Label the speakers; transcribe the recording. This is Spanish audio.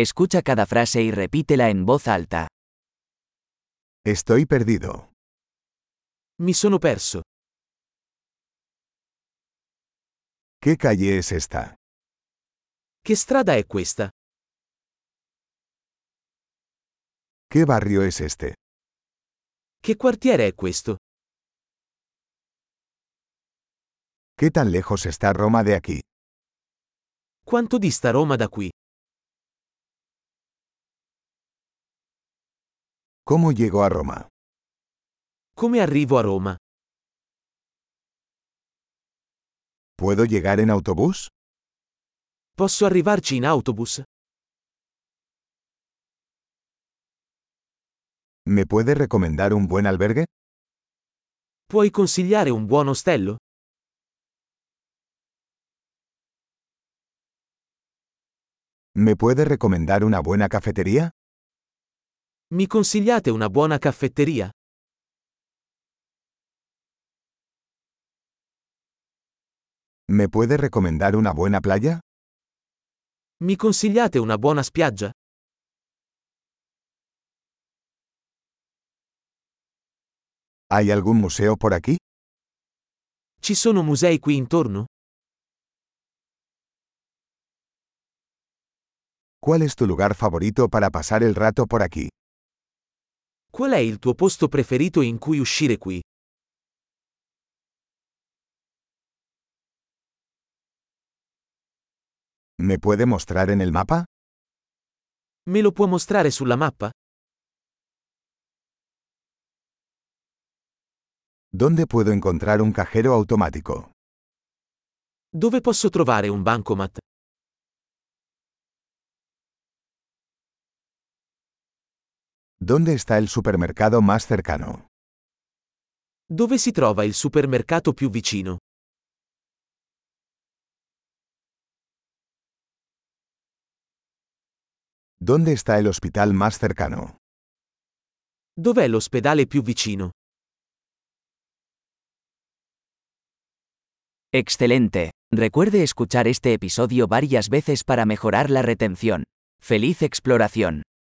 Speaker 1: Escucha cada frase y repítela en voz alta.
Speaker 2: Estoy perdido.
Speaker 1: Mi sono perso.
Speaker 2: ¿Qué calle es esta?
Speaker 1: Che strada è questa?
Speaker 2: ¿Qué barrio es este?
Speaker 1: Che quartiere è questo?
Speaker 2: ¿Qué tan lejos está Roma de aquí?
Speaker 1: Quanto dista Roma da qui?
Speaker 2: ¿Cómo llego a Roma?
Speaker 1: Come arrivo a Roma?
Speaker 2: ¿Puedo llegar en autobús?
Speaker 1: Posso arrivarci in autobus?
Speaker 2: ¿Me puede recomendar un buen albergue?
Speaker 1: Puoi consigliare un buon ostello?
Speaker 2: ¿Me puede recomendar una buena cafetería?
Speaker 1: Mi consigliate una buona caffetteria?
Speaker 2: ¿Me puede recomendar una buena playa?
Speaker 1: Mi consigliate una buona spiaggia?
Speaker 2: ¿Hay algún museo por aquí?
Speaker 1: Ci sono musei qui intorno?
Speaker 2: ¿Cuál es tu lugar favorito para pasar el rato por aquí?
Speaker 1: Qual è il tuo posto preferito in cui uscire qui?
Speaker 2: ¿Me puede mostrar en el mapa?
Speaker 1: Me lo può mostrare sulla mappa?
Speaker 2: ¿Dónde puedo encontrar un cajero automático?
Speaker 1: Dove posso trovare un bancomat?
Speaker 2: ¿Dónde está el supermercado más cercano?
Speaker 1: Dove si trova il supermercato più vicino?
Speaker 2: ¿Dónde está el hospital más cercano?
Speaker 1: Dov'è l'ospedale più vicino?
Speaker 3: Excelente. Recuerde escuchar este episodio varias veces para mejorar la retención. ¡Feliz exploración!